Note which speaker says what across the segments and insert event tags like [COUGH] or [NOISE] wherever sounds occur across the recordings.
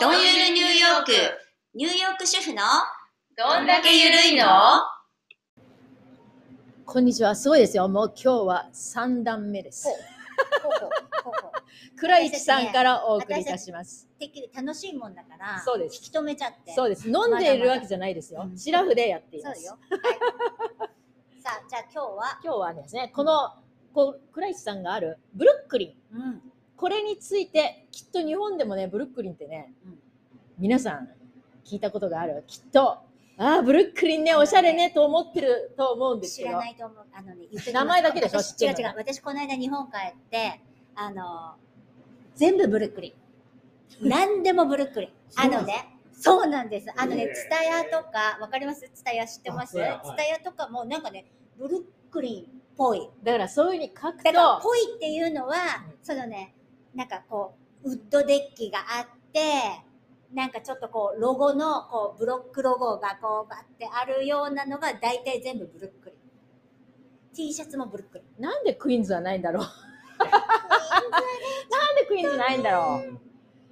Speaker 1: どんゆるニューヨーク、ニューヨーク主婦の
Speaker 2: ど
Speaker 1: んだけゆるいの
Speaker 3: こんにちは。すごいですよ。もう今日は三段目です。倉石さんからお送りいたします。
Speaker 1: てっきり楽しいもんだから、
Speaker 3: そうで
Speaker 1: 引
Speaker 3: す。
Speaker 1: き止めちゃって。
Speaker 3: そうです。飲んでいるわけじゃないですよ
Speaker 1: まだま。だ
Speaker 3: シラフでやってい
Speaker 1: そ
Speaker 3: ま
Speaker 1: う
Speaker 3: す。
Speaker 1: よ。はいさあ、じゃあ今日は、
Speaker 3: 今日はですね、このこう倉石さんがあるブルックリン、
Speaker 1: うん、
Speaker 3: これについてきっと日本でもね、ブルックリンってね、
Speaker 1: うん
Speaker 3: 皆さん聞いたことがある。きっと。ああ、ブルックリンね、おしゃれね、と思ってると思うんです
Speaker 1: 知
Speaker 3: け
Speaker 1: ら
Speaker 3: ど
Speaker 1: な。いと思う。あのね、言って
Speaker 3: 名前だけでしょ知って
Speaker 1: 違う
Speaker 3: るの
Speaker 1: 違う。私この間日本帰って、あの、全部ブルックリン。何でもブルックリン。あのね、そうなんです。あのね、ツタヤとか、わかりますツタヤ知ってますツ
Speaker 4: あそうやはい
Speaker 1: タヤとかもなんかね、ブルックリンっぽい。
Speaker 3: だからそういうふうに書く
Speaker 1: だから、
Speaker 3: と、
Speaker 1: ぽいっていうのは、そのね、なんかこう、ウッドデッキがあって、なんかちょっとこう、ロゴの、こう、ブロックロゴがこう、バってあるようなのが、大体全部ブルックリン。T シャツもブルックリン。
Speaker 3: なんでクイーンズはないんだろう。 [LAUGHS] なんでクイーンズないんだろう。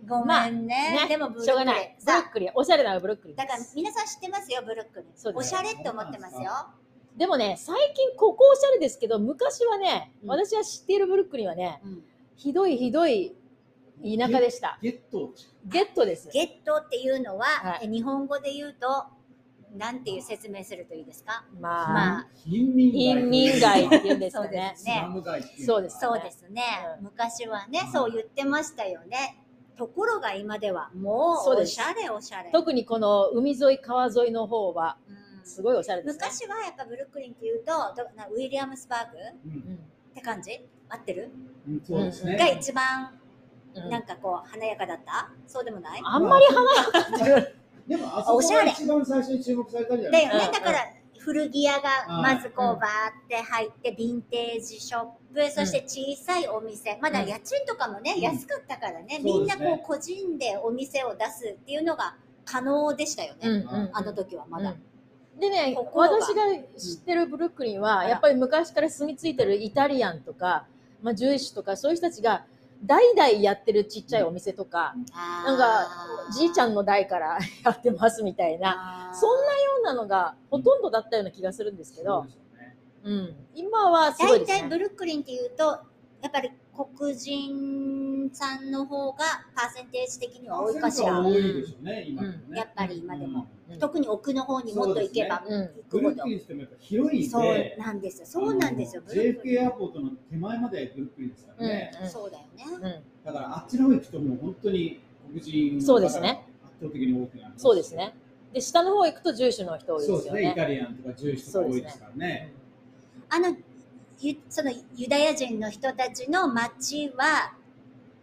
Speaker 1: ごめんね。
Speaker 3: ね
Speaker 1: でもブルッ
Speaker 3: しょう
Speaker 1: クリ
Speaker 3: が
Speaker 1: ン。
Speaker 3: ない。ブルッ
Speaker 1: さあ、
Speaker 3: クリン、おしゃれなブルックリンで
Speaker 1: だ
Speaker 3: す。
Speaker 1: から皆さん知ってますよ、ブルックリン。
Speaker 3: そう
Speaker 1: お
Speaker 3: です
Speaker 1: しゃれって思ってますよ。
Speaker 3: でもね、最近ここおしゃれですけど、昔はね、
Speaker 1: うん
Speaker 3: 私は知っているブルックリンはね、
Speaker 1: うん
Speaker 3: ひどいひどい田舎でした。
Speaker 4: ゲットでし
Speaker 3: ゲットです。
Speaker 1: ゲットっていうのは、
Speaker 3: はい
Speaker 1: え日本語で言うと、なんていう説明するといいですか
Speaker 3: まあ、
Speaker 1: まあ
Speaker 4: ょ、貧民街。
Speaker 3: 貧民街って言うんですかね。
Speaker 1: そう
Speaker 4: スラム街ってい
Speaker 3: そうです
Speaker 1: そうですね、
Speaker 3: うん
Speaker 1: 昔はね、
Speaker 4: うん
Speaker 1: そう言ってましたよね。ところが今ではも
Speaker 3: そう
Speaker 1: うお
Speaker 3: です
Speaker 1: しゃれおしゃれ。
Speaker 3: 特にこの海沿い、川沿いの方は、
Speaker 1: うん
Speaker 3: すごいおしゃれです、ね。
Speaker 1: 昔はやっぱブルックリンっていうとどなウィリアムスバーグっ
Speaker 4: うん
Speaker 1: て感じ合ってる、
Speaker 4: うんそうですね。
Speaker 1: が一番
Speaker 3: うん
Speaker 1: なんかこう華やかだったそうでもない
Speaker 3: あんまり
Speaker 4: まあでもあそこ
Speaker 1: おしゃ
Speaker 4: が
Speaker 1: れ
Speaker 4: 一番最初に注目されたんじゃな
Speaker 1: だ
Speaker 4: い
Speaker 1: よね、
Speaker 3: うん
Speaker 1: だから古着屋がまずこ
Speaker 3: う
Speaker 1: うんバーって入ってヴィンテージショップそして小さいお店まだ家賃とかもね
Speaker 4: うん
Speaker 1: 安かったからね
Speaker 4: うん
Speaker 1: みんな
Speaker 4: そうです
Speaker 1: こう
Speaker 4: ね
Speaker 1: 個人でお店を出すっていうのが可能でしたよ
Speaker 3: うん
Speaker 1: ね
Speaker 3: うんうん
Speaker 1: あの時はまだ。
Speaker 3: うんでね
Speaker 1: と、ころが
Speaker 3: 私が知ってるブルックリンは、
Speaker 1: うん
Speaker 3: やっぱり昔から住み着いてるイタリアンとか、まあ、ジューイッシュとか、そういう人たちが、代々やってるちっちゃいお店とか、
Speaker 1: な
Speaker 3: なんか、じいちゃんの代から [LAUGHS] やってますみたいな、
Speaker 1: な
Speaker 3: そんなようなのがほとんどだったような気がするんですけ
Speaker 4: そう
Speaker 3: ど
Speaker 4: で、すよね
Speaker 3: うん、今はすご
Speaker 1: 大
Speaker 3: いです、ね。
Speaker 1: 体ブルックリンっていうとやっぱり黒人さんの方がパーセンテージ的には多いかしら
Speaker 4: 多いでしょうね、今でも
Speaker 3: う
Speaker 4: ね。
Speaker 1: やっぱり今でも
Speaker 3: うん
Speaker 1: 特に奥の方にもっと行けば
Speaker 3: そうですね
Speaker 1: 行
Speaker 4: ブ
Speaker 1: くほ
Speaker 4: ルッ
Speaker 1: ど
Speaker 4: クリンってもやっぱ広いん
Speaker 1: そう
Speaker 4: で。
Speaker 1: なんですよそうなんですよ
Speaker 4: あ
Speaker 1: ブ
Speaker 4: の
Speaker 1: ルックリ
Speaker 4: JFK
Speaker 1: ン
Speaker 4: アポートの手前までブルックリンですからね。
Speaker 3: うん
Speaker 1: そうだよね
Speaker 3: うん
Speaker 4: だからあっちの方行くともう本当に黒人
Speaker 3: そうですね。
Speaker 4: 圧倒的に多くなる。
Speaker 3: そうです。ね。で、下の方行くと住所の人多い
Speaker 4: そ
Speaker 3: で
Speaker 4: う
Speaker 3: す
Speaker 4: で
Speaker 3: よ
Speaker 4: すね。イ
Speaker 3: ね。
Speaker 4: タリアンとかジューシュとか多いですからね。
Speaker 1: あのゆそのユダヤ人の人たちの町は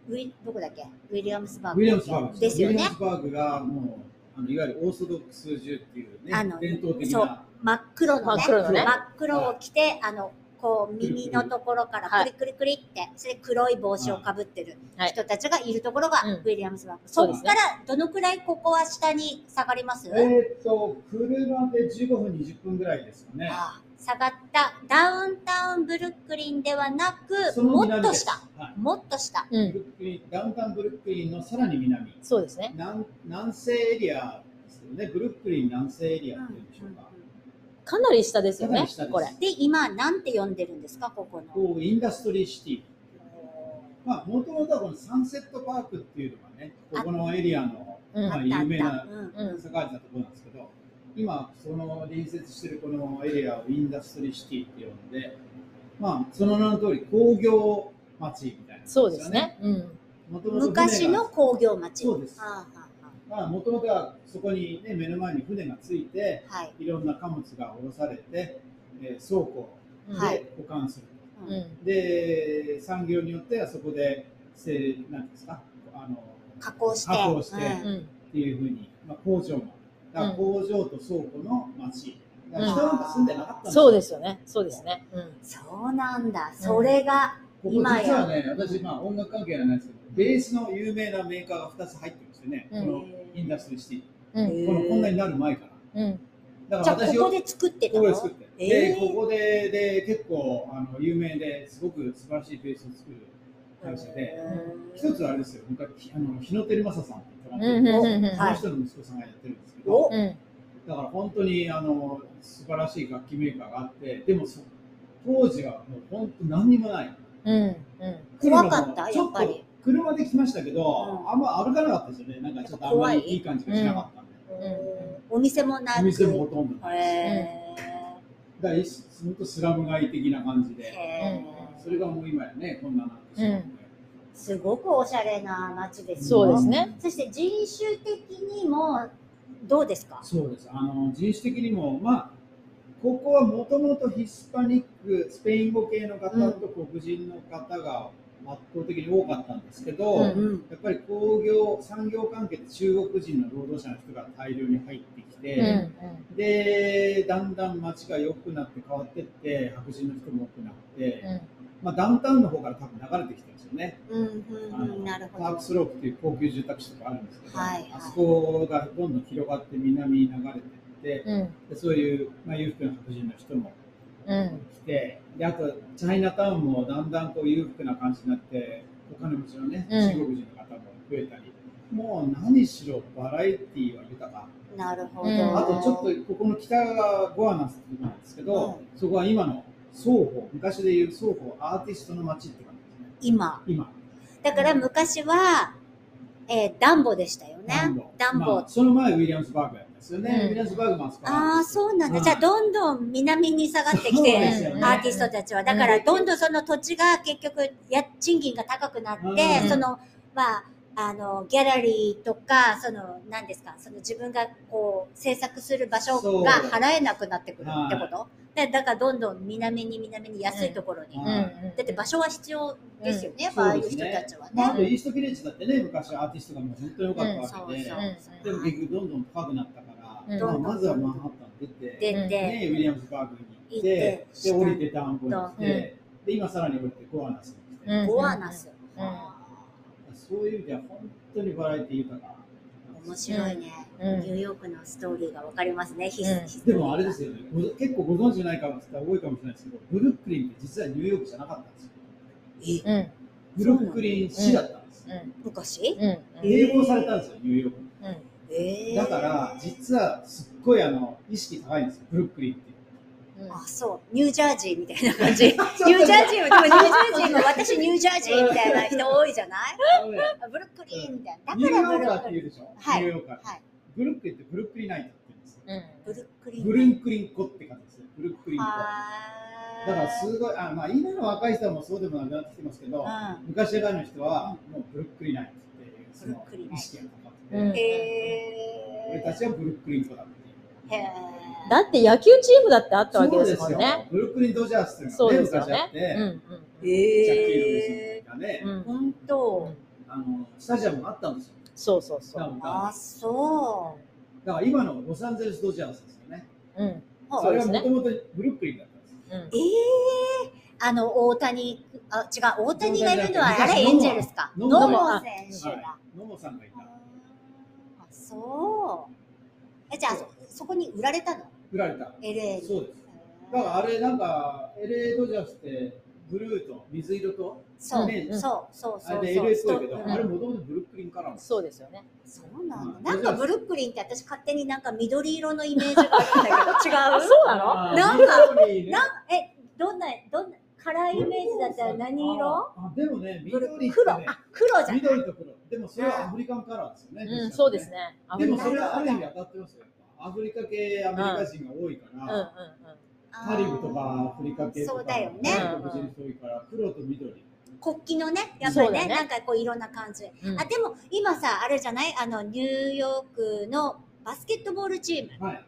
Speaker 1: ウィどこだっけウィリアムスバー
Speaker 4: ウ
Speaker 1: グ
Speaker 4: ィリアムスバーグ
Speaker 1: ですよ
Speaker 4: ウィリ
Speaker 1: ね
Speaker 4: アムスバーグがもうあのいわゆるオーソドックス銃っていうね
Speaker 1: あの
Speaker 4: 伝統的
Speaker 1: そう
Speaker 4: な
Speaker 1: 真っ黒のね
Speaker 3: 真っ黒のね
Speaker 1: 真っ黒を着てあのこう耳のところから
Speaker 3: は
Speaker 1: ク
Speaker 3: い
Speaker 1: リクリクリって、それで黒い帽子をかぶってる
Speaker 3: はい
Speaker 1: 人たちがいるところが
Speaker 3: うん
Speaker 1: ウィリアムスバーグ、
Speaker 3: そ
Speaker 1: そう
Speaker 3: で
Speaker 1: こ
Speaker 3: す
Speaker 1: か
Speaker 3: ね
Speaker 1: らどのくらいここは下に下がります、
Speaker 4: えっと車で15分20分ぐらいですかね。
Speaker 1: ああ下がったダウンタウンブルックリンではなく
Speaker 4: その
Speaker 1: も
Speaker 4: 南
Speaker 1: っ
Speaker 4: で
Speaker 1: と
Speaker 4: す
Speaker 1: 下。
Speaker 4: はい。
Speaker 1: もっと下
Speaker 3: うんう
Speaker 4: ブ
Speaker 3: ん
Speaker 4: ルックリンダウンタウンブルックリンのさらに南
Speaker 3: そうですね。
Speaker 4: 南南西エリアですよね。ブルックリン南西エリアっていうんでしょうか。
Speaker 3: かなり下ですよ
Speaker 4: かな
Speaker 3: ね
Speaker 4: り下で、す
Speaker 3: これ。
Speaker 1: で今なんて呼んでるんですかここの
Speaker 4: こうインダストリーシティ。まあもともとはこのサンセットパークっていうのがねここのエリアの
Speaker 3: うん
Speaker 4: まあ
Speaker 1: あ
Speaker 4: 有
Speaker 1: っ
Speaker 4: 名
Speaker 1: たあっ
Speaker 4: な
Speaker 1: た、うん
Speaker 3: うん
Speaker 4: 栄えたところなんですけど、今、その隣接してるこのエリアをインダストリーシティって呼んで、まあ、その名の通り工業町みたいな、
Speaker 3: そうです。ね。うん。
Speaker 4: 元々
Speaker 1: 昔の工業町
Speaker 4: そうです
Speaker 1: ああ
Speaker 4: まあ、もともとはそこに、ね、目の前に船がついて、
Speaker 1: ああはい、
Speaker 4: いろんな貨物が下ろされて、えー倉庫
Speaker 3: うん
Speaker 1: はい
Speaker 4: で保管する。
Speaker 3: う
Speaker 1: うん
Speaker 3: ん。
Speaker 4: で、産業によってはそこで、せなんですか、あの、
Speaker 1: 加工して
Speaker 4: 加工して
Speaker 1: うん
Speaker 3: うん。
Speaker 4: っていうふうに、まあ、工場も、だから
Speaker 3: うん
Speaker 4: 工場と倉庫の町、だか
Speaker 3: う
Speaker 4: ら
Speaker 3: ん
Speaker 4: 人なんか住んでなかったん。
Speaker 3: そうですすよね。そうですね。うん。
Speaker 1: そうなんだ
Speaker 3: ん
Speaker 1: それが、
Speaker 4: ここ
Speaker 1: 今
Speaker 4: 実は
Speaker 1: や
Speaker 4: ね、私、まあ、音楽関係はないですけど、ベースの有名なメーカーが2つ入ってます。ですよね、
Speaker 3: うん
Speaker 4: このインダストリーシテ
Speaker 3: う
Speaker 1: へ
Speaker 3: ん
Speaker 1: ー
Speaker 4: ィ、このこんなになる前から。
Speaker 3: うん
Speaker 4: だ
Speaker 1: じ
Speaker 4: か
Speaker 1: ゃあ
Speaker 4: ら私
Speaker 1: ここ
Speaker 4: が
Speaker 1: で作ってた
Speaker 4: ここ
Speaker 1: の
Speaker 4: で作って、
Speaker 1: え
Speaker 4: でここでで結構あの有名ですごく素晴らしいベースを作る会社で、一つはあれですよ昔あの日野照正さんって言った
Speaker 3: うんうんうんうん
Speaker 4: そ
Speaker 1: は
Speaker 4: の
Speaker 1: い
Speaker 4: 人の息子さんがやってるんですけど、
Speaker 1: お
Speaker 3: うん
Speaker 4: だから本当にあの素晴らしい楽器メーカーがあってでもそ当時はもう本当何にもない
Speaker 3: うん
Speaker 1: 怖かった
Speaker 4: 来るのもちょ
Speaker 1: やっぱり
Speaker 4: と車で来ましたけど、
Speaker 1: うん
Speaker 4: あんま歩かなかったですよねなんかちょっとあんまりいい感じがしなかったんで、
Speaker 1: お店もなく
Speaker 4: お店もほとんどないし
Speaker 1: へ
Speaker 4: だからいし本当スラム街的な感じ
Speaker 1: ー
Speaker 4: で。
Speaker 1: へー
Speaker 4: それがもう今やね、こんななってしまって、
Speaker 1: すごくおしゃれな街です
Speaker 3: そうですね
Speaker 1: そして人種的にもどうですか
Speaker 4: そうです。あの人種的にも、まあ、ここはもともとヒスパニック、スペイン語系の方と黒人の方が圧倒的に多かったんですけど、
Speaker 3: う
Speaker 4: や
Speaker 1: ん
Speaker 4: っぱり工業、産業関係で中国人の労働者の人が大量に入ってき
Speaker 3: うん
Speaker 4: て、で、だんだん街が良くなって変わってって、白人の人も多くなって、まあ、ダウンタウンの方から多分流れてきてるんですよね。
Speaker 1: うんうん
Speaker 4: あの
Speaker 1: うんなるほ
Speaker 4: パーク
Speaker 1: ど
Speaker 4: スロープっていう高級住宅地とかあるんですけど、
Speaker 1: はいはい
Speaker 4: あそこがどんどん広がって南に流れてって
Speaker 3: うん
Speaker 4: でそういう、まあ、裕福な白人の人も
Speaker 3: うん
Speaker 4: 来てであとチャイナタウンもだんだんこう裕福な感じになってお金持ちのね
Speaker 3: うん
Speaker 4: 中国人の方も増えたり、もう何しろバラエティーは豊か
Speaker 1: なるほ
Speaker 3: うん
Speaker 1: ど
Speaker 4: あとちょっとここの北がゴアナスっていうとこなんですけど、そこは今の双方昔でいう双方アーティストの街って感じですね
Speaker 1: 今
Speaker 4: 今
Speaker 1: だから昔は、えー、ダンボでしたよね
Speaker 4: ダンボ。
Speaker 1: ダンボ。
Speaker 4: まあその前、ウィリアムズバーグやったんですよね。
Speaker 3: うん
Speaker 4: ウィリアムズバーグもあそこ
Speaker 1: ああ、そうなんだ。
Speaker 4: うん
Speaker 1: じゃあ、どんどん南に下がってき
Speaker 4: そうで
Speaker 1: て、
Speaker 4: すよね
Speaker 1: アーティストたちは。だから、どんどんその土地が結局、や、賃金が高くなって、
Speaker 4: うん
Speaker 1: その、まあ、あの、ギャラリーとか、その、何ですか、その自分がこう、制作する場所
Speaker 4: そう
Speaker 1: が払えなくなってくるってことで、だから、どんどん南に南に安いところに。
Speaker 4: うん
Speaker 3: うん
Speaker 1: だって場所は必要ですよね、
Speaker 4: うん
Speaker 1: まあああいう人たちはね。
Speaker 4: まあ、あとイーストビレッジだってね、昔アーティストがもう本当に良かった
Speaker 1: そ
Speaker 4: わ
Speaker 1: う
Speaker 4: けで、
Speaker 1: そうそう。
Speaker 4: でも結局どんどん高くなったから、
Speaker 3: うん
Speaker 4: まあ、まずはマンハッタン出て、
Speaker 1: 出て、
Speaker 4: ね、ウィリアムズバーグに行
Speaker 1: 行
Speaker 4: って、
Speaker 1: って
Speaker 4: で、降りてダンボに来て、で、今さらに降りてゴアナスに来て、
Speaker 3: うん
Speaker 1: ゴアナス、
Speaker 3: うん
Speaker 4: そういう意味では本当にバラエティー豊か。
Speaker 1: 面白いね、
Speaker 3: うん
Speaker 1: ニューヨークのストーリーがわかりますね、ヒ
Speaker 3: うん
Speaker 1: ヒスト
Speaker 4: で
Speaker 1: リーが
Speaker 4: もあれですよね、ご結構ご存知ない方が多いかもしれないですけど、ブルックリンって実はニューヨークじゃなかったんですよ。
Speaker 1: え
Speaker 3: うん
Speaker 4: ブルックリン市だったんです。
Speaker 1: 昔
Speaker 3: うん
Speaker 4: 併合されたんですよ、ニューヨークに。
Speaker 1: えー
Speaker 4: だから、実はすっごいあの意識高いんですよ、ブルックリンって。
Speaker 1: あそうニュージャージーみたいな感じニュー
Speaker 4: [LAUGHS] ちょっと
Speaker 1: ジャージーはでもニュージャージーも私ニュージャージーみたいな人多いじゃない
Speaker 4: あのね
Speaker 1: あブルックリンみたいな
Speaker 4: ニュー
Speaker 1: だから
Speaker 4: ヨ
Speaker 1: ブ
Speaker 4: ー
Speaker 1: ルックリ
Speaker 4: カーって
Speaker 1: ン
Speaker 4: 言うでしょ、
Speaker 1: はい
Speaker 4: ニューヨーカー、
Speaker 1: はい
Speaker 4: ブルックリンってブルックリンナイトって言うんですよ。
Speaker 1: ブルックリン
Speaker 4: ブルンクリンコって感じですよ、ブルックリンコ。だ
Speaker 1: はー
Speaker 4: からすごい、あまあ、今の若い人はもうそうでもなくなってきてますけど、昔からの人はもうブルックリンナイトっていう、その
Speaker 1: ブルックリンナイ
Speaker 4: 意
Speaker 1: ト
Speaker 4: 識が高く
Speaker 3: うん
Speaker 1: うん、
Speaker 4: て、俺
Speaker 1: へ
Speaker 4: たちはブルックリンコだっていう。
Speaker 1: ーへー
Speaker 3: だって野球チームだってあったわけですもんね。
Speaker 4: ブルックリン・ドジャースっていうの
Speaker 3: そう
Speaker 4: がね、
Speaker 3: ですよ
Speaker 4: 昔あ
Speaker 3: ね
Speaker 4: っ。
Speaker 3: う
Speaker 4: て、
Speaker 3: ん
Speaker 4: ジャッキー・ロビン
Speaker 1: え
Speaker 4: ソンがね、
Speaker 3: うんうん
Speaker 1: 本当
Speaker 4: あのスタジアムがあったんですよ、
Speaker 3: そうそうそ
Speaker 4: ダ
Speaker 3: う。
Speaker 4: ウンタウン
Speaker 1: あそう
Speaker 4: だから今のロサンゼルス・ドジャースですよね。
Speaker 3: うん
Speaker 1: あ
Speaker 4: それ
Speaker 3: で
Speaker 4: は
Speaker 3: す
Speaker 4: も
Speaker 3: ね
Speaker 4: ともとブルックリンだったんですよ。
Speaker 3: うん
Speaker 1: ええあの大谷あ違う大谷がいるのはあ
Speaker 4: 大谷
Speaker 1: れ
Speaker 4: じゃない
Speaker 1: エンジェルスか
Speaker 4: 野
Speaker 1: 野
Speaker 4: 茂
Speaker 1: 茂選手だ、
Speaker 4: はい。野茂さんがいた。
Speaker 1: あそうえじゃあそそこに売られたの
Speaker 4: 売られた。
Speaker 1: LA に
Speaker 4: そうです。だからあれ、なんか、LA ドジャースって、ブルーと水色と、
Speaker 1: そう
Speaker 4: ね
Speaker 1: そうそう
Speaker 4: あ
Speaker 1: そう
Speaker 4: れで LA っぽいけど、
Speaker 1: そう
Speaker 4: あれもともとブルックリンからも。
Speaker 3: そうですよね。
Speaker 1: そうなの
Speaker 4: うん
Speaker 1: なんかブルックリンって私勝手になんか緑色のイメージがあるんだけど違う
Speaker 3: う
Speaker 4: あー
Speaker 1: なんか、
Speaker 4: 緑ね
Speaker 1: なんえ
Speaker 4: [LAUGHS]
Speaker 1: どんなどんなカラーイメージだったら何色
Speaker 4: あでもね、
Speaker 1: ブル
Speaker 4: 緑って
Speaker 1: 黒
Speaker 4: ね、
Speaker 1: あ黒じゃん
Speaker 4: 緑と黒。でもそれはアフリカンカラーですよね。実
Speaker 3: う
Speaker 4: は
Speaker 3: ん、そうです。ね。
Speaker 4: でもそれはある意味当たってますよ。アフリカ系アメリカ人が多いか
Speaker 3: うん
Speaker 4: ら、
Speaker 3: う
Speaker 4: カリブとかアフリカ系とか、
Speaker 1: そうだよね
Speaker 4: 黒人人多いから、黒と緑。
Speaker 1: 国旗のねやっぱりね
Speaker 3: そうだね
Speaker 1: なんかこういろんな感じ、
Speaker 3: んうん。
Speaker 1: あでも今さあれじゃないあのニューヨークのバスケットボールチーム
Speaker 4: はい、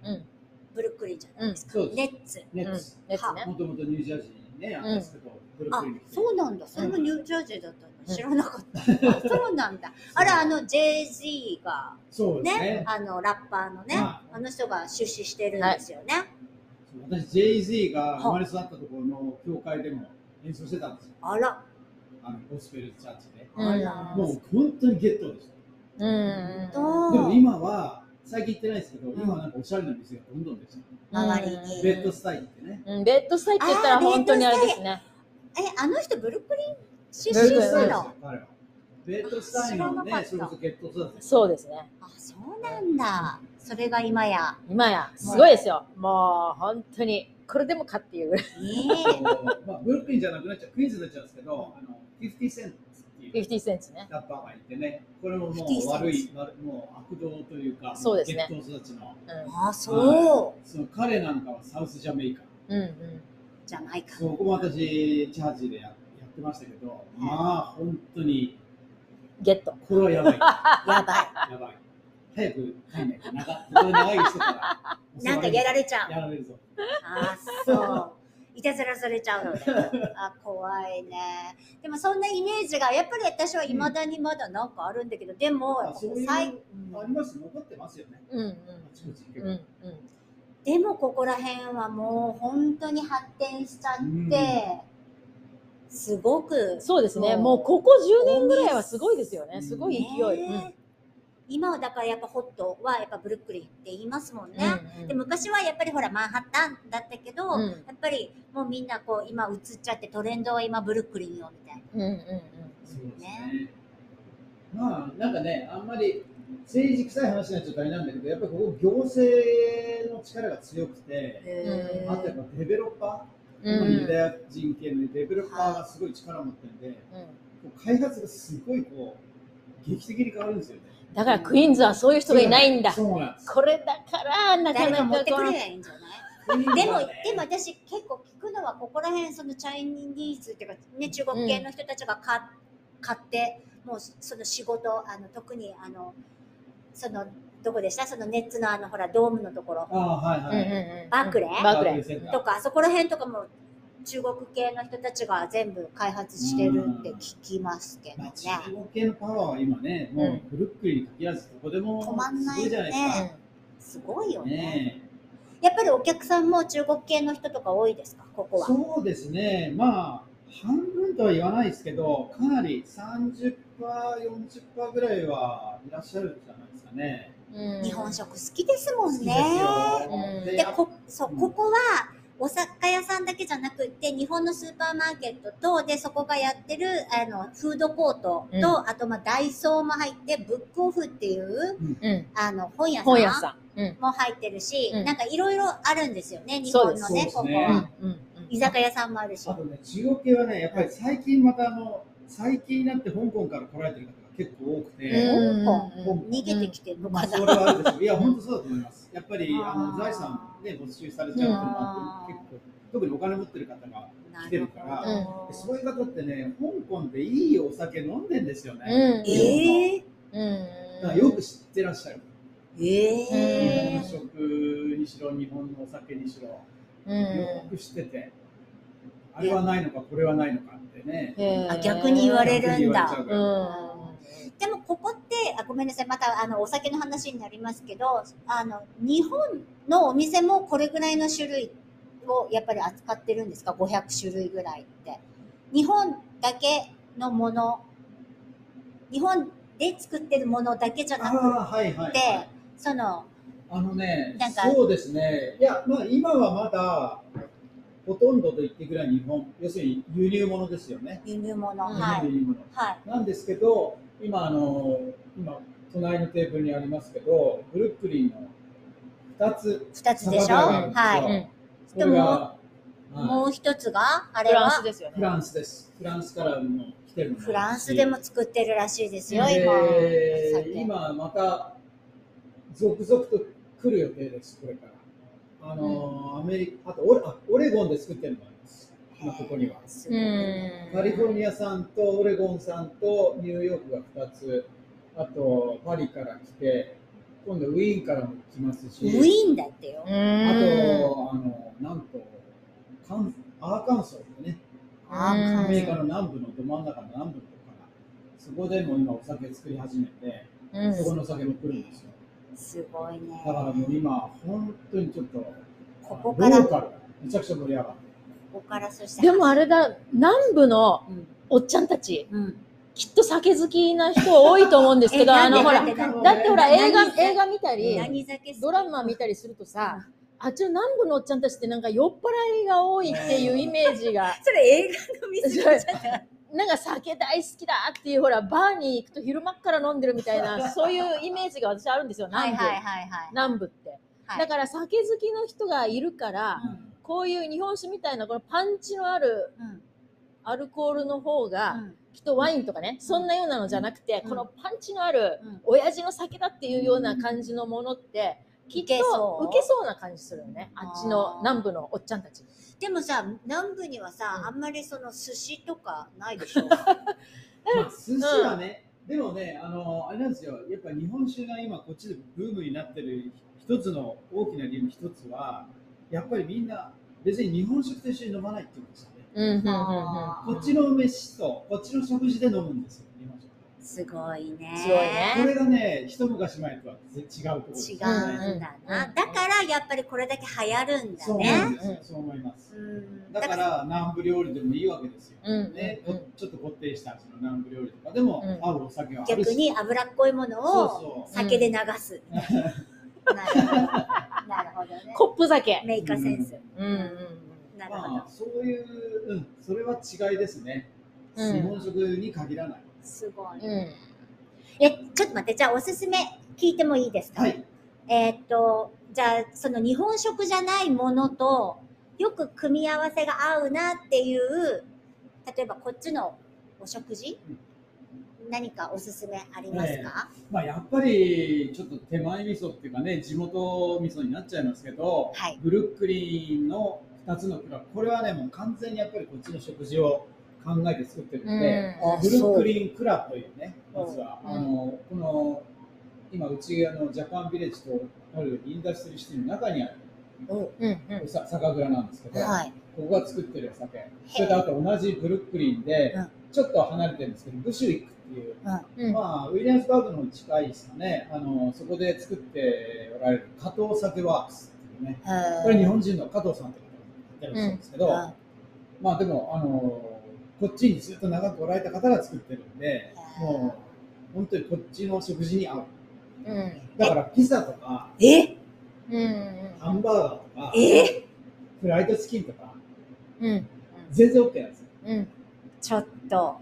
Speaker 1: ブルックリンじゃないですか、
Speaker 4: うんそうで
Speaker 1: ネッツ
Speaker 4: ネ
Speaker 3: うん
Speaker 4: ッツ。
Speaker 3: ですね。
Speaker 4: もともとニュージャージーにね、あったんですけど、ブルッ
Speaker 1: あ
Speaker 4: クリンに来て
Speaker 1: そうなんだそれもニュージャージーだったの、知らなか
Speaker 4: [LAUGHS]
Speaker 1: った、あそうなんだあらあの JZ が
Speaker 4: そうですね。
Speaker 1: ねあのラッパーのね、
Speaker 4: は
Speaker 1: あの人が出資してるんですよね、
Speaker 4: 私、JZ が生まれ育ったところの教会でも演奏してたんですよ。
Speaker 1: あら
Speaker 4: あのゴスペルチャーチで。
Speaker 3: うん
Speaker 1: あら、
Speaker 4: もう本当にゲットでした。
Speaker 3: うんうん
Speaker 1: と、
Speaker 4: でも今は、最近行ってないですけど、今なんかおしゃれな店がどんどんですよ。
Speaker 1: 周りに
Speaker 4: ベッドスタイルってね。
Speaker 3: うん、ベッドスタイって言ったら
Speaker 1: あーベッド
Speaker 3: 本当にあれですね。
Speaker 1: え、あの人ブルックリン出
Speaker 4: ベ
Speaker 1: 身
Speaker 4: ッドスタ
Speaker 1: な
Speaker 4: イルです
Speaker 1: の
Speaker 4: よ、彼は。ベッドスタイル
Speaker 1: 知
Speaker 4: の
Speaker 1: らなかっ
Speaker 4: ね、
Speaker 1: た
Speaker 4: それこそゲットスタイルです
Speaker 3: そうですね。
Speaker 1: あ、そうなんだ。それが今や。
Speaker 3: 今や、すごいですよ。もう本当に、これでもかっていうぐらい。
Speaker 1: ね
Speaker 4: あのまあ、ブルックリンじゃなくなっちゃう、クイーンズになっちゃうんですけど、あの50セントっていう
Speaker 3: 50センチね。
Speaker 4: ラッパーがいてね、これもも
Speaker 1: 50
Speaker 4: う悪い、悪もう悪道というか、
Speaker 3: そうですね
Speaker 4: 血統育ちの。
Speaker 3: うん
Speaker 1: あ、そ
Speaker 4: その彼なんかはサウスジャメイカ。
Speaker 3: うんうん。
Speaker 1: う。じゃないか。
Speaker 4: そこも私、チャージでややってましたけど、まあ、本当に、
Speaker 3: ゲット。
Speaker 4: これはやばい。
Speaker 1: やばい。
Speaker 4: やばい。早く帰んないと、長これ長い人から。
Speaker 1: なんかやら
Speaker 4: れ
Speaker 1: れちゃう。
Speaker 4: やられるぞ。
Speaker 1: あそう。いたずらされちゃう
Speaker 3: [LAUGHS]
Speaker 1: のね。あ、怖いね。でもそんなイメージが、やっぱり私はいまだにまだなんかあるんだけど、でも、やっぱ
Speaker 4: あそういう
Speaker 1: 最
Speaker 4: あります残ってますよね。
Speaker 3: うん
Speaker 4: あちこち
Speaker 3: う
Speaker 4: 結
Speaker 3: ん。
Speaker 4: 構
Speaker 3: うんうん。
Speaker 1: でもここら辺はもう本当に発展しちゃって、すごく、
Speaker 3: そうですね。
Speaker 1: そう
Speaker 3: もうここ10年ぐらいはすごいですよね。すごい勢い。うん
Speaker 1: ね今はだからやっぱホットはやっぱブルックリンって言いますもんね。
Speaker 3: うんうん
Speaker 1: で昔はやっぱりほらマンハッタンだったけど、
Speaker 3: うん
Speaker 1: やっぱりもうみんなこう今移っちゃってトレンドは今ブルックリンよみたいな。
Speaker 3: うんうん
Speaker 4: そうですね。まあ、なんかね、あんまり政治臭い話になっちゃうとあれなんだけど、やっぱりここ行政の力が強くて、
Speaker 1: へ
Speaker 4: あとやっぱデベロッパー、
Speaker 3: うんうん
Speaker 4: ユダヤ人系のデベロッパーがすごい力を持ってるんで、
Speaker 3: う
Speaker 4: こう開発がすごいこう、劇的に変わるんですよね。
Speaker 3: ん。だからクイーンズはそういう人がいないんだ。
Speaker 4: そうなんです。
Speaker 3: これだから、なか
Speaker 1: 誰か持
Speaker 3: な
Speaker 1: って
Speaker 3: か
Speaker 1: く
Speaker 3: こ
Speaker 1: れ
Speaker 3: の
Speaker 1: りゃいいんじゃないでも、でも私結構聞くのはここら辺そのチャイニーズっていうかね中国系の人たちが買,、買ってもうその仕事あの特にあのそのどこでしたそのネッツのあのほらドームのところ
Speaker 4: ああ、はいはい。
Speaker 1: バークレー
Speaker 3: バークレー。
Speaker 4: センター
Speaker 1: とかあそこら辺とかも中国系の人たちが全部開発してるって聞きますけど
Speaker 4: ま
Speaker 1: ね
Speaker 4: あ、。中国系のパワーは今ね、もうブルックリンに限らず、どこでも
Speaker 1: 止まんない
Speaker 4: すごいじゃないですか。
Speaker 1: すごいよね。
Speaker 4: ねえ
Speaker 1: やっぱりお客さんも中国系の人とか多いですかここは。
Speaker 4: そうですね、まあ、半分とは言わないですけど、かなり30%、40%ぐらいはいらっしゃるんじゃないですかね。
Speaker 3: うんうん
Speaker 1: 日本食好きですも
Speaker 4: 好
Speaker 1: ん
Speaker 4: き
Speaker 1: ね。
Speaker 3: うん
Speaker 1: で
Speaker 4: ですよ。で
Speaker 1: こそう
Speaker 4: うん
Speaker 1: ここはお酒屋さんだけじゃなくって日本のスーパーマーケットとでそこがやってるあのフードコートと、
Speaker 3: うん
Speaker 1: あとまあダイソーも入ってブックオフっていう
Speaker 3: うん。
Speaker 1: あの本屋さん
Speaker 3: 本屋さん。うん。
Speaker 1: も入ってるし、
Speaker 3: うん
Speaker 1: なんかいろいろあるんですよね日
Speaker 3: そう
Speaker 1: 本
Speaker 3: で
Speaker 1: の
Speaker 3: す
Speaker 1: ね
Speaker 4: そ
Speaker 1: こ
Speaker 4: う
Speaker 1: こ
Speaker 4: ですね
Speaker 3: うん
Speaker 1: は。
Speaker 3: うん
Speaker 1: 居酒屋さんもあるし
Speaker 4: あ。とね、中国系はね、やっぱり最近またあの、最近になって香港から来られてる方が結構多く
Speaker 3: う
Speaker 4: て、
Speaker 3: ん。
Speaker 4: 香港
Speaker 1: 逃げてきてるの
Speaker 4: ま
Speaker 1: か
Speaker 4: あ、
Speaker 1: な、
Speaker 4: それはあるでしょう。いや、本当そうだと思います。やっぱり、
Speaker 1: あー
Speaker 4: あの財産ね、没収されちゃうっていうのがあって、
Speaker 1: うん
Speaker 4: 結構、特にお金持ってる方が、
Speaker 1: な
Speaker 4: 来て
Speaker 1: る
Speaker 4: る
Speaker 1: ほ
Speaker 4: から
Speaker 1: ど、
Speaker 4: でそういう方ってね、香港でいいお酒飲んでんですよね。
Speaker 3: うん
Speaker 1: えー、
Speaker 3: うん
Speaker 4: だからよく知ってらっしゃる。
Speaker 1: え
Speaker 4: 日
Speaker 1: ー
Speaker 4: 本、食にしろ、日本のお酒にしろ、
Speaker 3: う
Speaker 4: よ
Speaker 3: ん。
Speaker 4: く知ってて、あれはないのか、これはないのかってね。
Speaker 3: へー
Speaker 1: あ逆に言われるんだ
Speaker 4: 逆に言われちゃうか
Speaker 3: う
Speaker 4: ら
Speaker 3: ん。
Speaker 1: でもここってあごめんなさいまたあのお酒の話になりますけどあの日本のお店もこれぐらいの種類をやっぱり扱ってるんですか500種類ぐらいって日本だけのもの日本で作ってるものだけじゃなく
Speaker 4: ああ、はいはい、
Speaker 1: て
Speaker 4: はい。
Speaker 1: その
Speaker 4: あのね
Speaker 1: なん、か
Speaker 4: そうですね。いや、まあ今はまだ、ほとんどと言ってくらい日本、要するに輸入物ですよね。
Speaker 1: 輸入物、
Speaker 3: うん
Speaker 1: は
Speaker 4: 輸
Speaker 1: い
Speaker 4: 入物。
Speaker 1: はい
Speaker 4: なんですけど、今、あの今隣のテーブルにありますけど、ブルックリンの2つ、
Speaker 1: 2つでしょ
Speaker 4: 酒蔵があ
Speaker 1: はいい
Speaker 4: るんですよこれが、
Speaker 1: うん
Speaker 4: はい
Speaker 1: もう一つがあ
Speaker 3: フ
Speaker 1: れ
Speaker 3: ランス
Speaker 1: は
Speaker 3: ですよね。
Speaker 4: フランスです。フランスからも来てるの
Speaker 1: フランスでも作ってるらしいですよ今
Speaker 4: で
Speaker 1: お酒
Speaker 4: 今また続々と来る予定です、これから。あの、アメリカ、あとオレあオレゴンで作ってるのもあります。今ここには。
Speaker 1: す
Speaker 3: う
Speaker 1: ごい
Speaker 3: ん。
Speaker 4: カリフォルニア産とオレゴン産とニューヨークが2つ、あとパリから来て、今度ウィーンからも来ますし、
Speaker 1: ウィーンだってよ
Speaker 4: あ
Speaker 3: あ
Speaker 4: と、あのなんとカンアーカンソーでね、
Speaker 1: あー
Speaker 4: ア
Speaker 3: うん
Speaker 4: メリカの南部のど真ん中の南部のとこから、そこでも今お酒作り始めて、
Speaker 3: うん
Speaker 4: そこのお酒も来るんですよ。
Speaker 1: すごいね
Speaker 4: だからもう今、本当にちょっと、
Speaker 1: ここから
Speaker 4: ロー
Speaker 1: こ
Speaker 4: カルがめちゃくちゃ盛り上がってる。
Speaker 1: こからそして
Speaker 3: でもあれだ、南部の
Speaker 1: うん
Speaker 3: おっちゃんたち、
Speaker 1: うん
Speaker 3: きっと酒好きな人多いと思うんですけど、
Speaker 1: え
Speaker 3: あの、ほ
Speaker 1: な
Speaker 3: ら
Speaker 1: ん、でなんで
Speaker 3: だってほら、映画
Speaker 1: 何、
Speaker 3: 映画見たり、
Speaker 1: 何酒好き
Speaker 3: ドラマ見たりするとさ、あっちの南部のおっちゃんたちってなんか酔っ払いが多いっていうイメージが、
Speaker 1: それ映画の見過ぎじゃ
Speaker 3: [LAUGHS]
Speaker 1: ない
Speaker 3: なんか酒大好きだっていう、ほら、バーに行くと昼間っから飲んでるみたい
Speaker 1: [LAUGHS]
Speaker 3: な、そういうイメージが私あるんですよ、
Speaker 1: はい
Speaker 3: 南部。
Speaker 1: はいはいはい。
Speaker 3: 南部って。
Speaker 1: はい
Speaker 3: だから酒好きの人がいるから、
Speaker 1: うん
Speaker 3: こういう日本酒みたいなこのパンチのある
Speaker 1: うん
Speaker 3: アルコールの方が、
Speaker 1: うん
Speaker 3: きっとワインとかね、そんなようなのじゃなくて、
Speaker 1: うん
Speaker 3: このパンチのある
Speaker 1: うん
Speaker 3: 親父の酒だっていうような感じのものって、きっと
Speaker 1: いけそう
Speaker 3: 受けそうな感じするよねあっち
Speaker 1: あー
Speaker 3: の南部のおっちゃんたち
Speaker 1: でもさ、南部にはさ、
Speaker 3: うん
Speaker 1: あんまりその寿司とかないでしょ。
Speaker 4: まあ、寿司はね、でもね、あの、あれなんですよ、やっぱ日本酒が今、こっちでブームになってる一つの大きな理由の一つは、やっぱりみんな、別に日本食と一緒に飲まないって言うんですよね。
Speaker 3: うんうんうんうん
Speaker 1: あー
Speaker 4: こっちの梅酒と、こっちの食事で飲むんですよ、日本酒。
Speaker 1: すごいね。
Speaker 3: すごいね
Speaker 4: これがね、一昔前とは全然違うところです
Speaker 1: 違
Speaker 4: ね。
Speaker 1: うんだな。
Speaker 3: うん
Speaker 1: だからやっぱりこれだけ流行るんだ
Speaker 4: そう思う
Speaker 1: ね。
Speaker 4: んですよ、そう思います。
Speaker 1: うん
Speaker 4: だか、ら、南部料理でもいいわけですよ。
Speaker 3: うん
Speaker 4: ね
Speaker 3: うん、
Speaker 4: ちょっとこってりしたその南部料理とかでも、
Speaker 3: うん
Speaker 4: 合うお酒はあるし
Speaker 1: 逆に脂っこいものを
Speaker 4: そうそう
Speaker 1: 酒で流す。なるほど。なるほどね。
Speaker 3: コップ酒
Speaker 1: メイカセンス。
Speaker 3: うんうん
Speaker 1: なるほど
Speaker 4: まあ、。そういう、うん、それは違いですね。
Speaker 3: うん
Speaker 4: 日本食に限らない。
Speaker 1: すごい
Speaker 3: うん。うん
Speaker 1: え、ちょっと待って、じゃあおすすめ聞いてもいいですか、
Speaker 4: はい。
Speaker 1: えーっと、じゃあその日本食じゃないものと、よく組み合わせが合うなっていう、例えばこっちのお食事、何かおすすめありますか、
Speaker 4: まあ、やっぱり、ちょっと手前味噌っていうかね、地元味噌になっちゃいますけど、
Speaker 1: はい
Speaker 4: ブルックリンの2つの蔵、これはね、もう完全にやっぱりこっちの食事を考えて作ってるので、
Speaker 1: うんあ
Speaker 4: ブルックリン蔵というね、
Speaker 1: そう
Speaker 4: まずは、
Speaker 3: うん
Speaker 4: あの、この、今、うち、あの、ジャパンビレッジとあるインダストリーシティの中にある
Speaker 3: うんうん
Speaker 4: さ酒蔵なんですけど、
Speaker 1: はい。
Speaker 4: ここが作ってるお酒それとあと同じブルックリンで、
Speaker 1: うん
Speaker 4: ちょっと離れてるんですけどブシュリックっていう、
Speaker 3: うん
Speaker 4: まあ、ウィリアムズバーグの方に近いですかねあのそこで作っておられる加藤酒ワークスっていうねこれ日本人の加藤さんって方がやってらっしゃるんですけど、
Speaker 1: うん
Speaker 4: まあでもあのこっちにずっと長くおられた方が作ってるんでもう本当にこっちの食事に合う
Speaker 3: うん
Speaker 4: だからピザとか
Speaker 1: え
Speaker 3: うん
Speaker 4: ハンバーガーとか
Speaker 1: え
Speaker 4: フライドチキンとか
Speaker 3: うん
Speaker 4: 全然 OK なんですよ
Speaker 3: うん
Speaker 1: ちょっと、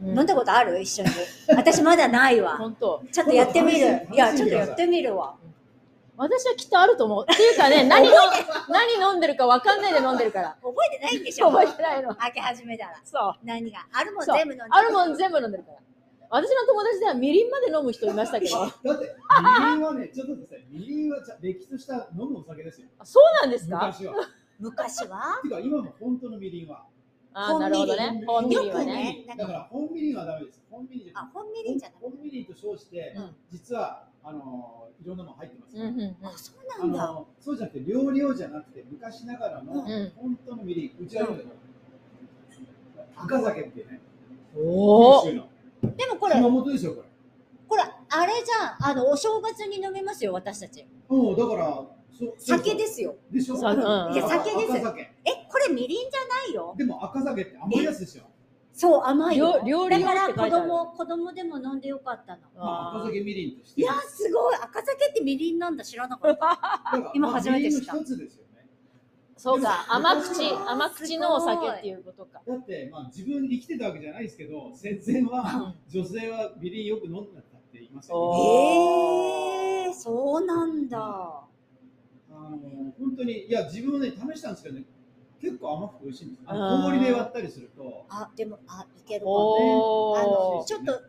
Speaker 3: うん
Speaker 1: 飲んだことある一緒に。私まだないわ。
Speaker 3: [LAUGHS] 本当
Speaker 1: ちょっとやってみる。いや、
Speaker 4: 楽
Speaker 1: ち
Speaker 4: し
Speaker 1: ょっ
Speaker 4: ん
Speaker 1: と
Speaker 4: でください
Speaker 1: やってみるわ。
Speaker 3: 私はきっとあると思う。っていうか [LAUGHS] ね、何の、何飲んでるかわかんないで飲んでるから。
Speaker 1: 覚えてないんでしょ
Speaker 3: 覚えてないの。
Speaker 1: 開け始めたら。
Speaker 3: そう。
Speaker 1: 何があるもん
Speaker 3: そう
Speaker 1: 全部飲んで
Speaker 3: あるもん全部飲んでるから。私の友達ではみりんまで飲む人いましたけど。
Speaker 4: だって、みりんはね、ちょっと待ってください。みりんはちゃ、れっきとした飲むお酒ですよ。
Speaker 3: あそうなんですか
Speaker 4: 昔は。
Speaker 1: 昔は
Speaker 4: てか、今も本当のみりんは。
Speaker 3: あーなるほどね。
Speaker 1: 本
Speaker 3: 本
Speaker 1: みりん
Speaker 3: みりんは
Speaker 1: よく
Speaker 3: ね。
Speaker 1: ね
Speaker 4: だから、本みりんはダメです。本みりんじゃ
Speaker 1: あ、本みりんじゃない。
Speaker 4: 本みりんと称して、
Speaker 3: うん
Speaker 4: 実は、あのーいろんなもん入ってます
Speaker 3: うん
Speaker 4: よ。
Speaker 3: うん
Speaker 1: あ、そうなん
Speaker 4: あ
Speaker 1: だ。
Speaker 4: のーそうじゃなくて、料理用じゃなくて、昔ながら
Speaker 3: ん
Speaker 4: の、本当のみりん。うちは飲んでる赤酒ってね、
Speaker 3: うん。お
Speaker 4: 九
Speaker 3: お。
Speaker 4: 州の。
Speaker 1: でもこれ
Speaker 4: 熊、本でしょ、これ。
Speaker 1: これ、あれじゃん。あの、お正月に飲みますよ、私たち。
Speaker 4: うん、だから、そ。
Speaker 1: 酒ですすよ。
Speaker 4: でしょ
Speaker 3: 酒うん
Speaker 1: いや酒です
Speaker 4: 赤酒。
Speaker 1: え、これみりんじゃないよ。
Speaker 4: でも赤酒って甘いやつですよ。
Speaker 1: そう、甘いよ。
Speaker 3: 料料
Speaker 1: だ
Speaker 3: 理
Speaker 1: か
Speaker 3: 用っ
Speaker 1: ら
Speaker 3: て書
Speaker 1: 子
Speaker 3: いてある
Speaker 1: 供、子供でも飲んでよかったの。
Speaker 4: まあ、赤酒みりんとして。
Speaker 1: いやー、すごい。赤酒ってみりんなんだ。知らなかった。今初めて知った
Speaker 4: まあみりんの一つですよね。
Speaker 3: そうか。甘口、甘口のお酒っていうことか。
Speaker 4: だって、まあ、自分生きてたわけじゃないですけど、戦前は女性はみりんよく飲んだったって言いますよ
Speaker 3: お
Speaker 4: ね。
Speaker 1: えー、そうなんだ。
Speaker 4: あの本当に、いや、自分はね、試したんですけどね、結構甘くて美味しいんです。あ
Speaker 3: あー
Speaker 4: の氷で割ったりすると、
Speaker 1: あ、でも、あ、いけるかも。あ
Speaker 3: お
Speaker 1: の、
Speaker 3: お。
Speaker 1: ちょっと、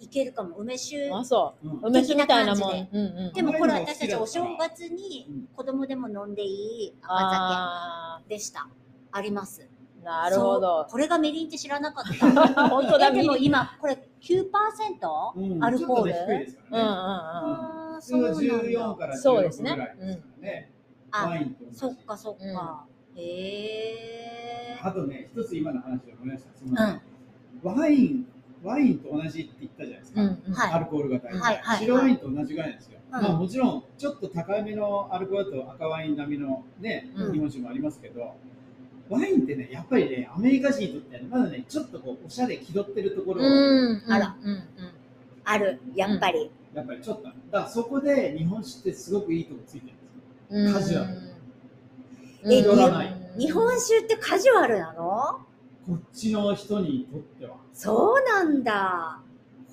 Speaker 1: いけるかも。梅酒。
Speaker 3: あ、そう
Speaker 4: うん
Speaker 3: う。梅酒みたいなもん。うんうん。
Speaker 1: でもこれ私たちお正月に
Speaker 4: うん
Speaker 1: 子供でも飲んでいい赤
Speaker 3: あ
Speaker 1: 酒でした。あります。
Speaker 3: あ。なるほ
Speaker 1: そう
Speaker 3: ど。
Speaker 1: これがみりんって知らな
Speaker 3: [LAUGHS]
Speaker 1: かった。
Speaker 3: 本当だ、
Speaker 1: えで
Speaker 3: みりん。う
Speaker 1: も
Speaker 3: ん
Speaker 1: 今これ9%、
Speaker 4: うん
Speaker 1: アルコール
Speaker 4: ちょっとね低いですか
Speaker 3: うんう
Speaker 4: らね。
Speaker 3: ん。
Speaker 1: あー
Speaker 4: それは
Speaker 1: そうなんだ
Speaker 4: 14から
Speaker 3: そ
Speaker 4: 16
Speaker 3: う
Speaker 4: ぐら
Speaker 3: で
Speaker 4: いですす
Speaker 3: ね
Speaker 4: からね。ワ
Speaker 1: あ
Speaker 4: インと同じ
Speaker 1: そっかそっか、へえ
Speaker 4: あとね、一つ今の話で思い出した。そ
Speaker 1: うん
Speaker 4: のワイン、ワインと同じって言ったじゃないですか。
Speaker 3: うんうん。
Speaker 1: はい
Speaker 4: アルコールが大事、
Speaker 1: はいはい
Speaker 4: 白ワインと同じぐらいなんですよ、
Speaker 1: はい
Speaker 4: まあ、もちろんちょっと高めのアルコールだと赤ワイン並みの、ね
Speaker 3: うん
Speaker 4: 日本酒もありますけどワインってね、やっぱりね、アメリカ人にとってはねまだね、ちょっとこう、おしゃれ気取ってるところを、
Speaker 3: うん
Speaker 1: あら
Speaker 3: うんうん
Speaker 1: ある、やっぱり。
Speaker 4: やっぱりちょっとある、だからそこで日本酒ってすごくいいとこついてるんですよ。
Speaker 3: うん
Speaker 4: カジュアル
Speaker 3: うん
Speaker 1: え
Speaker 4: 寄らない
Speaker 1: 日本酒ってカジュアルなの
Speaker 4: こっちの人にとっては。
Speaker 1: そうなんだ。は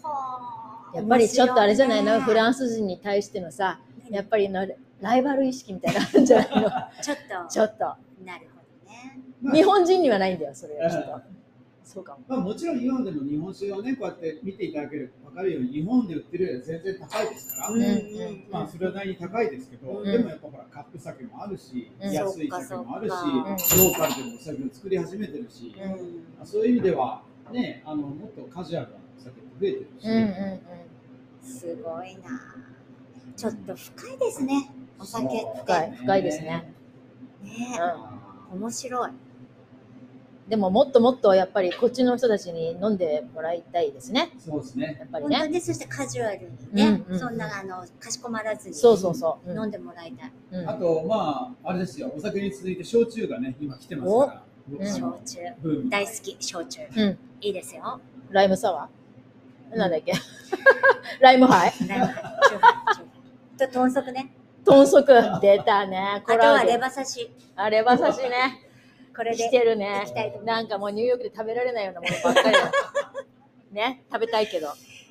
Speaker 1: あ
Speaker 3: やっぱりちょっとあれじゃないの、フラ
Speaker 1: ン
Speaker 3: ンス人に対してのさやっ
Speaker 1: ぱ
Speaker 3: ぱりのライバル意識みたいなのあるんじゃないの [LAUGHS]
Speaker 1: ちょっと。
Speaker 3: ちょっと
Speaker 1: なるほどね。
Speaker 4: まあ
Speaker 3: 日本人にはないんだよそれはちょっと
Speaker 4: う
Speaker 3: そうかも
Speaker 4: まあ、もちろん今でも日本酒をね、こうやって見ていただければ分かるように、日本で売ってるよりは全然高いですから、
Speaker 1: うんうんうん
Speaker 4: まあ、それはなりに高いですけど、
Speaker 1: うん
Speaker 4: でもやっぱほら、カップ酒もあるし、
Speaker 3: うん
Speaker 4: 安い酒もあるし、ロ
Speaker 1: そっか
Speaker 4: ーカルでもお酒を作り始めてるし、
Speaker 3: うん
Speaker 1: うん
Speaker 4: まあそういう意味では、ね、あのもっとカジュアルなお酒って増えてるし、
Speaker 3: うんうんうん
Speaker 1: すごいな。ちょっと深いですね。お酒って
Speaker 4: そう
Speaker 3: 深い深いですね。
Speaker 1: ね
Speaker 3: うん
Speaker 1: え、面白い。
Speaker 3: でももっともっとやっぱりこっちの人たちに飲んでもらいたいですね。
Speaker 4: そうですね。
Speaker 3: やっぱり
Speaker 1: 本
Speaker 3: ね。
Speaker 1: 当にそしてカジュアルにね、
Speaker 3: うんうん
Speaker 1: そんなあのかしこまらずに
Speaker 3: そうそうそう。
Speaker 1: 飲んでもらいたい。
Speaker 3: うん
Speaker 4: あと、まあ、あれですよ、お酒に続いて焼酎がね、今来てますから、
Speaker 3: うん
Speaker 4: あの
Speaker 1: 焼酎
Speaker 4: ブーム。
Speaker 1: 大好き焼酎。
Speaker 3: うん
Speaker 1: いいですよ。
Speaker 3: ライムサワーなんだっけ [LAUGHS] ライムハイ
Speaker 1: ライムチューハイチューハイと豚足ね。
Speaker 3: 豚足出たね。
Speaker 1: あ
Speaker 3: こ
Speaker 1: と
Speaker 3: れは
Speaker 1: はレバ刺し。
Speaker 3: あレバ刺しね。
Speaker 1: これ
Speaker 3: 来
Speaker 1: で
Speaker 3: てる
Speaker 1: いきたいと思い。ま
Speaker 3: ね
Speaker 1: す
Speaker 3: なんかもうニューヨークで食べられないようなものばっ
Speaker 1: [LAUGHS]
Speaker 3: かりだ。ね、食べたいけど。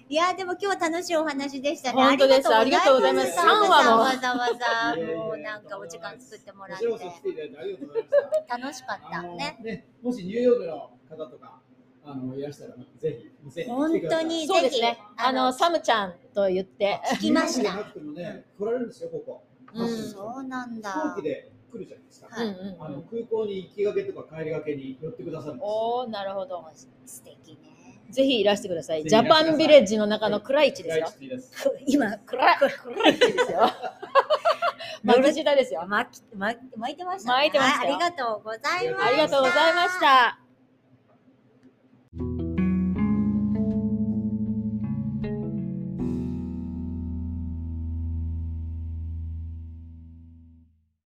Speaker 1: いやーでも今日は楽しいお話でしたね。
Speaker 3: 本当です
Speaker 4: ありがとうございます
Speaker 1: サンさんわざわ
Speaker 4: いやいや
Speaker 1: ざ
Speaker 4: いや
Speaker 1: もうなんかお時間作ってもら
Speaker 4: こ
Speaker 1: っ
Speaker 4: ち
Speaker 1: て
Speaker 4: らこそ来ていただいてありがとうございました。
Speaker 1: 楽しかっ
Speaker 4: あ
Speaker 1: た
Speaker 4: の
Speaker 1: ね。
Speaker 4: もしニューヨークの方とかあのいらしたらぜひ店に来てくださ
Speaker 1: 本
Speaker 4: い。
Speaker 1: 当に
Speaker 3: そうですね。あ
Speaker 1: あの
Speaker 3: の、サムちゃんと言って。
Speaker 1: 聞きました
Speaker 4: ニューヨークじゃなくてもね来られるんですよここ。
Speaker 3: うん
Speaker 1: そうなん
Speaker 4: 飛
Speaker 1: だ
Speaker 4: 行機。で来るじゃないですか。
Speaker 1: はい
Speaker 3: うんうん
Speaker 4: あ
Speaker 3: う
Speaker 4: の
Speaker 3: ん
Speaker 4: 空港に行きがけとか帰りがけに寄ってくださるんですよ。
Speaker 3: おー、なるほど。
Speaker 1: 素敵ね。
Speaker 3: ぜひいらしてください。
Speaker 4: ぜ
Speaker 3: ジ
Speaker 4: ひいら
Speaker 3: ャ
Speaker 4: してください
Speaker 3: パンビレッジの中の暗い位置ですよ。
Speaker 4: 大地です。
Speaker 1: [LAUGHS] 今
Speaker 3: 暗い、暗い位置ですよ。
Speaker 1: [LAUGHS]
Speaker 3: 巻き舌ですよ。
Speaker 1: 巻き巻い巻いてました、
Speaker 3: 巻いてました
Speaker 1: はい
Speaker 3: よ
Speaker 1: ありがとうございました。
Speaker 3: ありがとうございました。